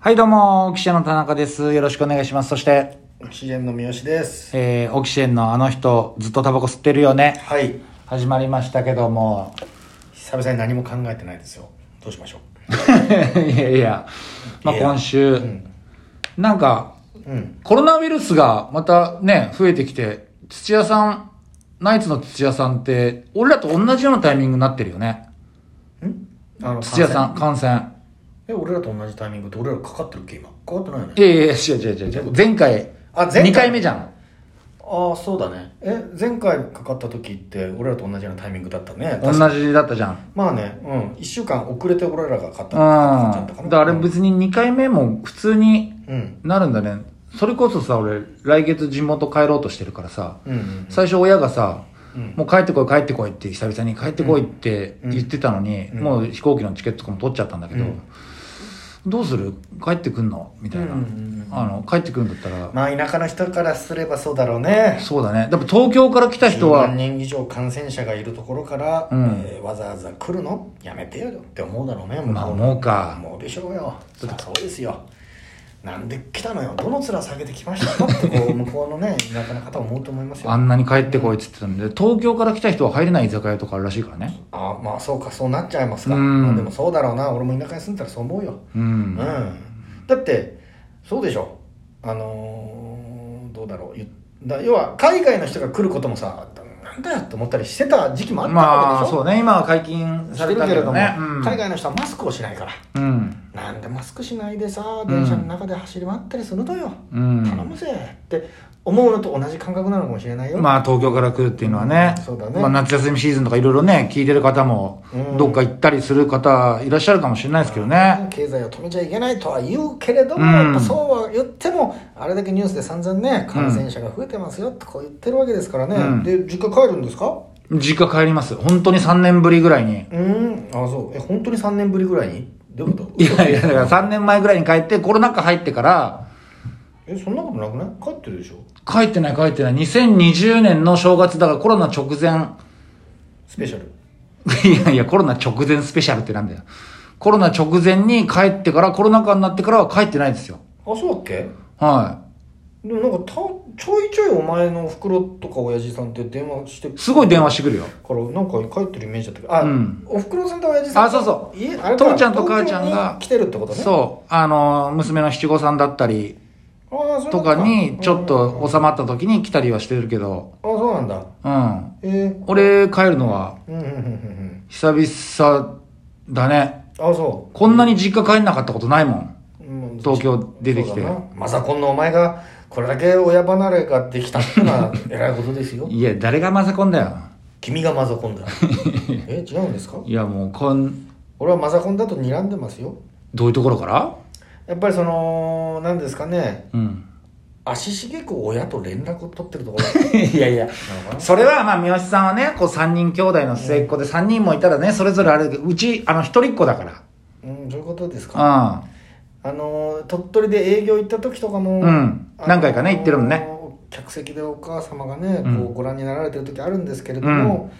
はい、どうも、オキシエンの田中です。よろしくお願いします。そして、オキシエンの三好です。えー、オキシエンのあの人、ずっとタバコ吸ってるよね。はい。始まりましたけども。 久々に何も考えてないですよ。どうしましょいやいや、まあいや今週、んなんか、う。うん。コロナウイルスがまたね、増えてきて、土屋さん、ナイツの土屋さんって、俺らと同じようなタイミングになってるよね。あの土屋さん、。感染。え、俺らと同じタイミングで俺らかかってるっけ今。かかってないよねい。やいやいや、違う違う違う違う。前回、あ前回2回目じゃん。ああ、そうだね。え、前回かかった時って俺らと同じようなタイミングだったね。同確かじだったじゃん。まあね、うん。一週間遅れて俺らがかかったかかっちゃったかうん。だかならあれ別に2回目も普通にうん。なるんだね。それこそさ、俺、来月地元帰ろうとしてるからさ、うん。うん。最初親がさ、うんもう帰ってこい帰ってこいって久々に帰ってこいって言ってたのに、うんもう飛行機のチケットとかも取っちゃったんだけど、うんどうする帰ってくんのみたいな、うんうんうんあの帰ってくるんだったら、まあ田舎の人からすればそうだろうね。そうだねだって東京から来た人10は万人以上感染者がいるところから、うんえーわざわざ来るのやめてよって思うだろうねまあも思うかもうでしょうよそりゃそうですよなんで来たのよどの面下げてきましたのってこ う向こうのね田舎の方は思うと思いますよあんなに帰ってこいっつってたんで東京から来た人は入れない居酒屋とかあるらしいからねあまあそうかそうなっちゃいますか、うんまあでもそうだろうな俺も田舎に住んだらそう思うよううんん、だってそうでしょあのーどうだろう言っだ要は海外の人が来ることもさなんだよって思ったりしてた時期もあったわまけあでしょそうね今は解禁さされれるたけけれどども、ね、うん、海外の人はマスクをしないからうんなんでマスクしないでさ電車の中で走り回ったりするのよ、うん頼むぜって思うのと同じ感覚なのかもしれないよ、まあ東京から来るっていうのはね,、そうだねまあ、夏休みシーズンとかいろいろね聞いてる方もうんどっか行ったりする方いらっしゃるかもしれないですけどね、経済を止めちゃいけないとは言うけれども、うんやっぱそうは言ってもあれだけニュースで散々ね感染者が増えてますよってこう言ってるわけですからね、うんで実家帰るんですか実家帰ります本当に3年ぶりぐらいにうんあそうえ本当に3年ぶりぐらいにどういうこといやいやだから3年前ぐらいに帰ってコロナ禍入ってからえそんなことなくない帰ってるでしょ帰ってない帰ってない2020年の正月だからコロナ直前 スペシャルいやいやコロナ直前スペシャルってなんだよコロナ直前に帰ってからコロナ禍になってからは帰ってないですよあそうだっけはでもなんかたちょいちょいお前の袋とか親父さんって電話していすごい電話しててくるよからなんか帰ってるイメージだったけどあ、うんお袋さんと親父さんあそうそう家あれか父ちゃんと母ちゃんが東京に来てるってことねうそうあの娘の七五三だったりああそうとかにちょっとあ収まった時に来たりはしてるけどそうなんだうんえー、俺帰るのはうんうんうんうんうん久々だねあそこんなに実家帰んなかったことないもんう、うん東京出てきてそうだなマザコンのお前がこれだけ親離れができたってのは偉いことですよいや誰がマザコンだよ君がマザコンだえ違うんですかいやもうこん俺はマザコンだと睨んでますよどういうところからやっぱりその何ですかねうん足しげく親と連絡を取ってるところ だいやいやそれはまあ三好さんはねこう3人兄弟の末っ子で3人もいたらねそれぞれあれだけどうちあの一人っ子だかうんそういうことですからあのー鳥取で営業行った時とかも、うんあのー何回かね行ってるもんね客席でお母様がねこうんうご覧になられてる時あるんですけれども、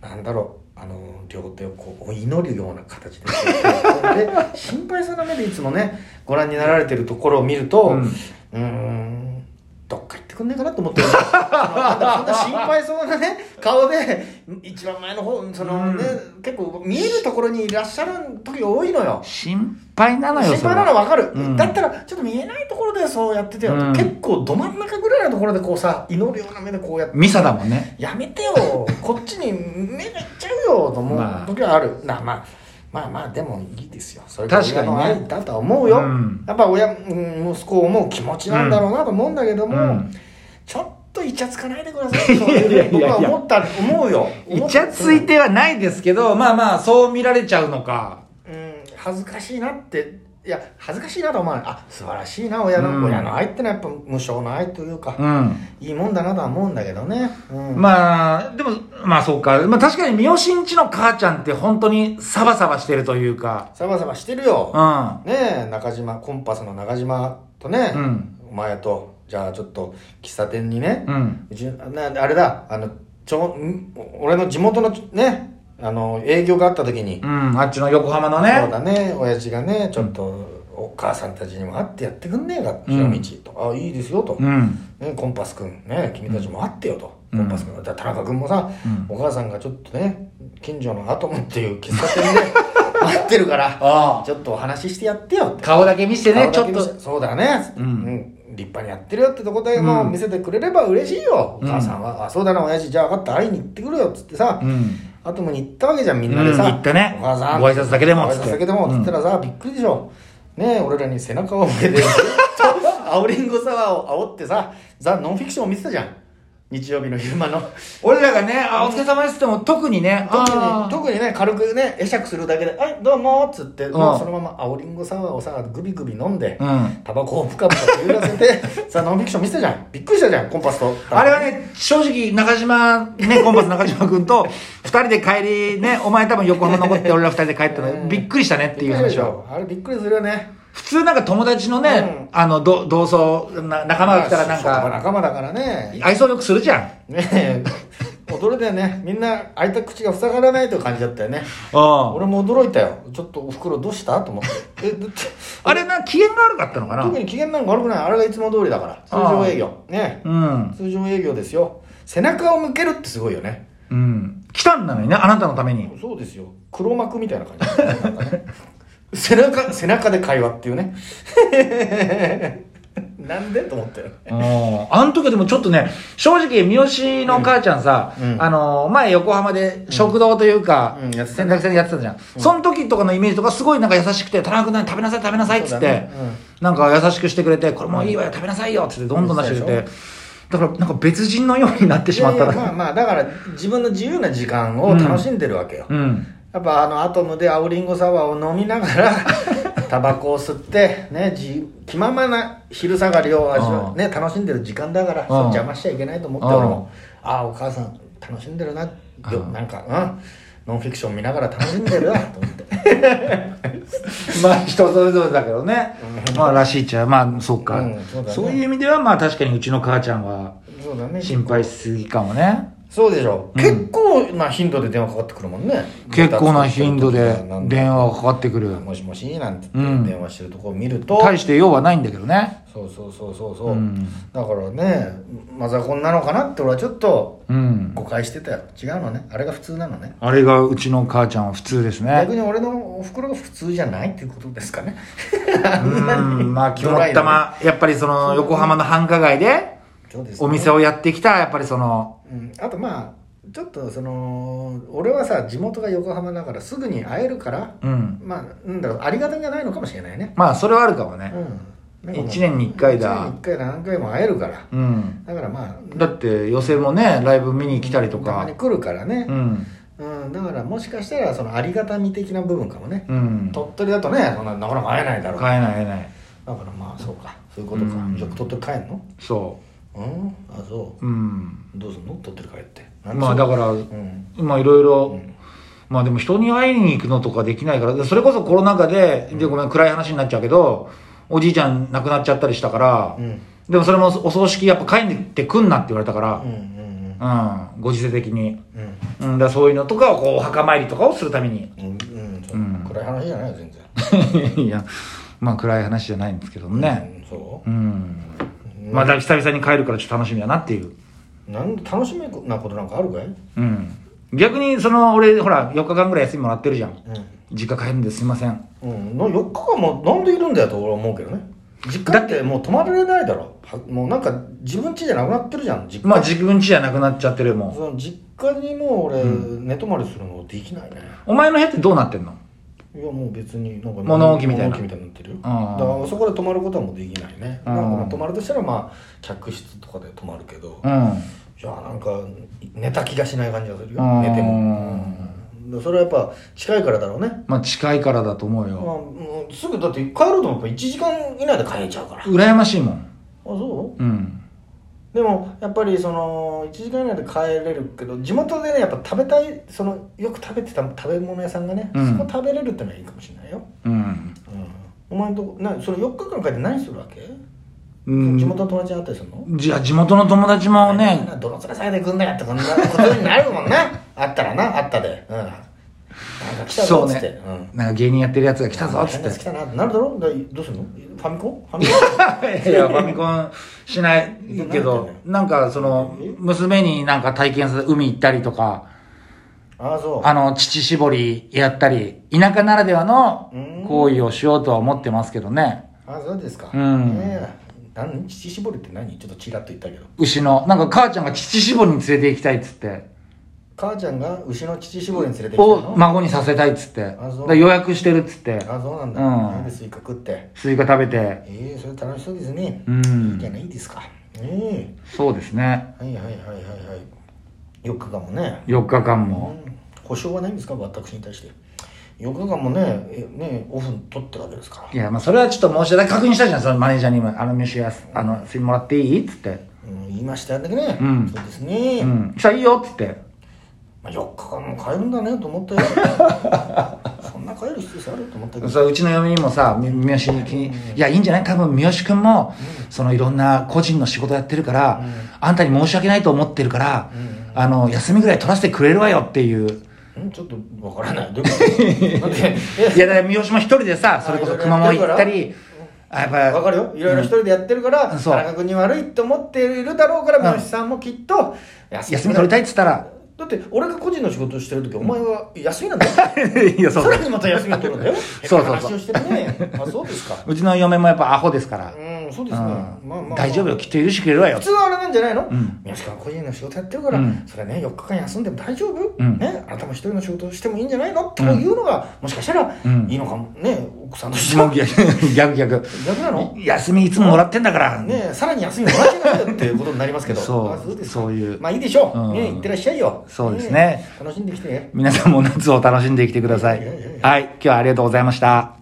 なんだろうあのー両手をこうお祈るような形で で心配そうな目でいつもねご覧になられてるところを見ると、ううんん、んどっか行ってくんねえかなと思ってるそのなんだそんな心配そうなね顔で一番前の方そのね、結構見えるところにいらっしゃる時が多いのようん心配なのよ心配なはのは分かる、うんだったらちょっと見えないところでそうやっててよ、うん結構ど真ん中ぐらいのところでこうさ祈るような目でこうやってミサだもんねやめ てよこっちに目がいっちゃうよと思まあう時はある、なまあまあまあでもいいですよそれが確か親にねの愛だとは思うよ、うんやっぱ親うん息子を思う気持ちなんだろうなと思うんだけども、うんちょっとイチャつかないでくださ いそういうふうに僕は思った思うよイチャついてはないですけど、まあまあ、そう見られちゃうのか。うん恥ずかしいなっていや恥ずかしいなと思わないあ素晴らしいな親の、うん親の愛ってのはやっぱ無償の愛というか、うん。いいもんだなとは思うんだけどね、うんまあ、でも、まあそうか。まあ確かに、三好んちの母ちゃんって本当にサバサバしてるというか。サバサバしてるよ、うん。ねえ中島コンパスの中島とね、うんお前とじゃあちょっと喫茶店にね、うん。うちなあれだあのちょん俺の地元のねあの営業があった時に、うん。あっちの横浜のそうね。だね親父がねちょっと、お母さんたちにも会ってやってくんねえか平道と、あいいですよと、うん。ね、コンパス君ね君たちも会ってよと、うんコンパス君だ田中君もさ、うんお母さんがちょっとね近所のアトムっていう喫茶店 で会ってるからああ。ちょっとお話ししてやってよって顔だけ見せてね、ちょ顔だっけ見せと。そうだね、うん立派にやってるよってとこでもうん見せてくれれば嬉しいよ、うんお母さんは「あそうだな親父じゃあ分かった会いに行ってくるよ」っつってさ、うん。アトムに行ったわけじゃんみんなでさ、うん行ったねお母さんご挨拶だけでもご挨拶だけでもつってつったらさ、びっくりでしょねえ俺らに背中を向けて ずっと青りんごサワーを煽ってさザ・ノンフィクションを見てたじゃん日曜日の昼間の俺らがね、あ、お疲れ様ですっても特にね、特あにー特にね軽くね会釈するだけで「はいどうも」っつってんもうそのまま青りんごサワーをさグビグビ飲んで、うん。タバコを深々と揺らせて ザ・ノンフィクション見てたじゃんびっくりしたじゃんコンパスとあれはね、正直、中島、ね、コンパス中島くんと、二人で帰り、ね、お前多分横浜残って、俺ら二人で帰ったの、びっくりしたねっていうびっくりで話しを。ょあれびっくりするよね普通なんか友達のね、あの、ど同窓、な仲間が来たらなんまあか、仲間だからね愛想よくするじゃん。ねえ驚いたよねみんな開いた口が塞がらないという感じだったよねあ俺も驚いたよちょっとおふくろどうしたと思ってえだってあれな、機嫌が悪かったのかな特に機嫌なんか悪くないあれがいつも通りだから通常営業ねうん。通常営業ですよ背中を向けるってすごいよねうん。来たんだのにね、あなたのために。そうですよ黒幕みたいな感じなんかね 背中背中で会話っていうね なんでと思ったよねうんあの時でもちょっとね、正直、三好の母ちゃんさ、うんうんあの、前横浜で食堂というか、うんうんやってた洗濯船でやってたじゃん。その時とかのイメージとかすごいなんか優しくて、田中君食べなさい食べなさいっつそっうて、だねなんか優しくしてくれて、これもいいわよ食べなさいよっつってどんどん出してくれうんて、だからなんか別人のようになってしまったいやいやまら。あまあだから自分の自由な時間を楽しんでるわけよ、うん。やっぱあのアトムで青りんごサワーを飲みなが らタバコを吸ってねじ気ままな昼下がりを味わうんう、ね、楽しんでる時間だからんそう邪魔しちゃいけないと思ってうん俺もああお母さん楽しんでるなようんなんかうんノンフィクション見ながら楽しんでる なと思ってまあ人それぞれだけどね。まあらしいっちゃ、まあそうか、うんそうだねそういう意味ではまあ確かにうちの母ちゃんはそうだね心配しすぎかもね。そうでしょ、うん結構な頻度で電話かかってくるもんね結構な頻度でなん電話がかかってくる。もしもしなんてう言っんて電話してるとこを見ると、大して用はないんだけどね。そうそうそうそうそう、うんだからねマザコンなのかなって俺はちょっとうん。誤解してたよ違うのねあれが普通なのねあれがうちの母ちゃんは普通ですね逆。に俺のお袋が普通じゃないっていうことですかね うん、まあ、肝ドラっイなね玉、やっぱりその、横浜の繁華街で、そうですねお店をやってきた、やっぱりその、うん、あとまあちょっとその俺はさ地元が横浜だからすぐに会えるから、うん。まあなんだろうありがたみがないのかもしれないねまあ、それはあるかもうね。んなんかもう一年に一回だ一年に一回だ何回も会えるからうん。だからまあだって、寄席もね、ライブ見に来たりとたまかに。来るからねうん。うん、だからもしかしたらそのありがたみ的な部分かもね、うん。鳥取だとねそんななかなか会えないだろうだか買えない、買えない。らまあそうかそういうことか、うんじゃあ鳥取帰んのそうんあそうう。うん。どうすんの鳥取帰ってまあ、だかから、らうんまあいろいうろん、まあでも人に会いに行くのとかできないから、でそれこそコロナ禍で、でごめん、暗い話になっちゃうけど、おじいちゃん亡くなっちゃったりしたからう、んでもそれもお葬式やっぱ帰ってくんなって言われたからうんう、んうん、ご時世的に。うんうんうん、だからそういうのとかをこう、お墓参りとかをするため に。うんうんそううん暗い話じゃないよ全然いや、まあ暗い話じゃないんですけどもね。うんそうん。うまあだから久々に帰るからちょっと楽しみだなっていう。なん楽しみなことなんかあるかいうん。逆にその、俺、ほら、4日間ぐらい休みもらってるじゃん。う実家帰るんですいません。ん、うん、な4日間もなんでいるんだよと俺は思うけどね実家ってもう泊まられないだろはもうなんか自分家じゃなくなってるじゃん実家まあ自分家じゃなくなっちゃってるよもう。その実家にもう俺、寝泊まりするのできないねお前の部屋ってどうなってんのいやもう別になんか物置みたいな物置みたいになってるよだああからそこで泊まることはもうできないねああなんかまあ泊まるとしたらまあ客室とかで泊まるけどうん。いやなんか寝た気がしない感じがするよああ寝ても、うんでそれはやっぱ近いからだろうね、まあ近いからだと思うまあ、よ。もうすぐだって帰ろうと思えば1時間以内で帰れちゃうからあ羨ましいもん。そうん。うでもやっぱりその1時間以内で帰れるけど地元でねやっぱ食べたいそのよく食べてた食べ物屋さんがね、うんそこ食べれるってのはいいかもしれないようん。お前んとこなそれ4日間帰って何するわけ、うん地元の友達に会ったりするのじゃあ地元の友達もね、 どの面下げてくんだよってこんなことになるもんなあったらなあったでうんなんか来たぞっつってそうねなんか芸人やってるやつが来たぞっつっ変なやつて来たななるだろうだどうするのファミコンファミ いやファミコンしないけどなんかその娘になんか体験させ海行ったりとかコンああそ うあの乳搾りやったり田舎ならではのうん行為をしようとは思ってますけどねあそうですかうんねえ何乳搾りって何ちょっとちらっと言ったけど牛のなんか母ちゃんが乳搾りに連れて行きたいっつって母ちゃんが牛の乳搾りに連れてきたをの、孫にさせたいっつってだあそうから予約してるっつってあそうなんだ、うんなんでスイカ食ってスイカ食べてええそれ楽しそうですね、ういいじゃんないですかえそうですねえはいはいはいはいはい4日間もね、 4日間うもん、保証はないんですか私に対して4日間もねえねオフ取ってるわけですからいやまあそれはちょっと申し訳ない確認したじゃんそのマネージャーにも「あの飯やあの吸いもらっていい?」っつってうん、言いましただけね、うんそうです「ね、うんしたらいいよ」っつってまあ、4日間も帰るんだねと思った よそんな帰る必要性あると思ったけどそれうちの嫁にもさみ三好に気に「いやいいんじゃない多分三好君もそのいろんな個人の仕事やってるから、あんたに申し訳ないと思ってるから、あの休みぐらい取らせてくれるわよ」っていう。うんちょっとわからないどういうこと だってえいやだから三好も一人でさそれこそ熊本行ったりあやっぱわかるよいろいろ一人でやってるから、うんそう田中君に悪いって思っているだろうからうん三好さんもきっと休み取りいたいっつったらだって俺が個人の仕事をしてる時お前は休みなんだよ いやそうそさらうにまた休みを取るんだよ そうそうそう変な話をしてるねあそうですかうちの嫁もやっぱアホですから、うんそううんですね、まあまあ、まあ大丈夫よきっと許してくれるわよ普通はあれなんじゃないの、ん三好君は個人の仕事やってるから、うんそれね4日間休んでも大丈夫、うんねあなたも一人の仕事をしてもいいんじゃないのというのが、もしかしたらうんいいのかもね奥さんとしてもうは 逆逆逆逆なの休みいつももらってんだから、ねさらに休みもらってくださいよっていうことになりますけどそうあですかそういうまあいいでしょう、うんねいってらっしゃいよそうですね楽しんできて皆さんも夏を楽しんできてくださいいやいやいやはい今日はありがとうございました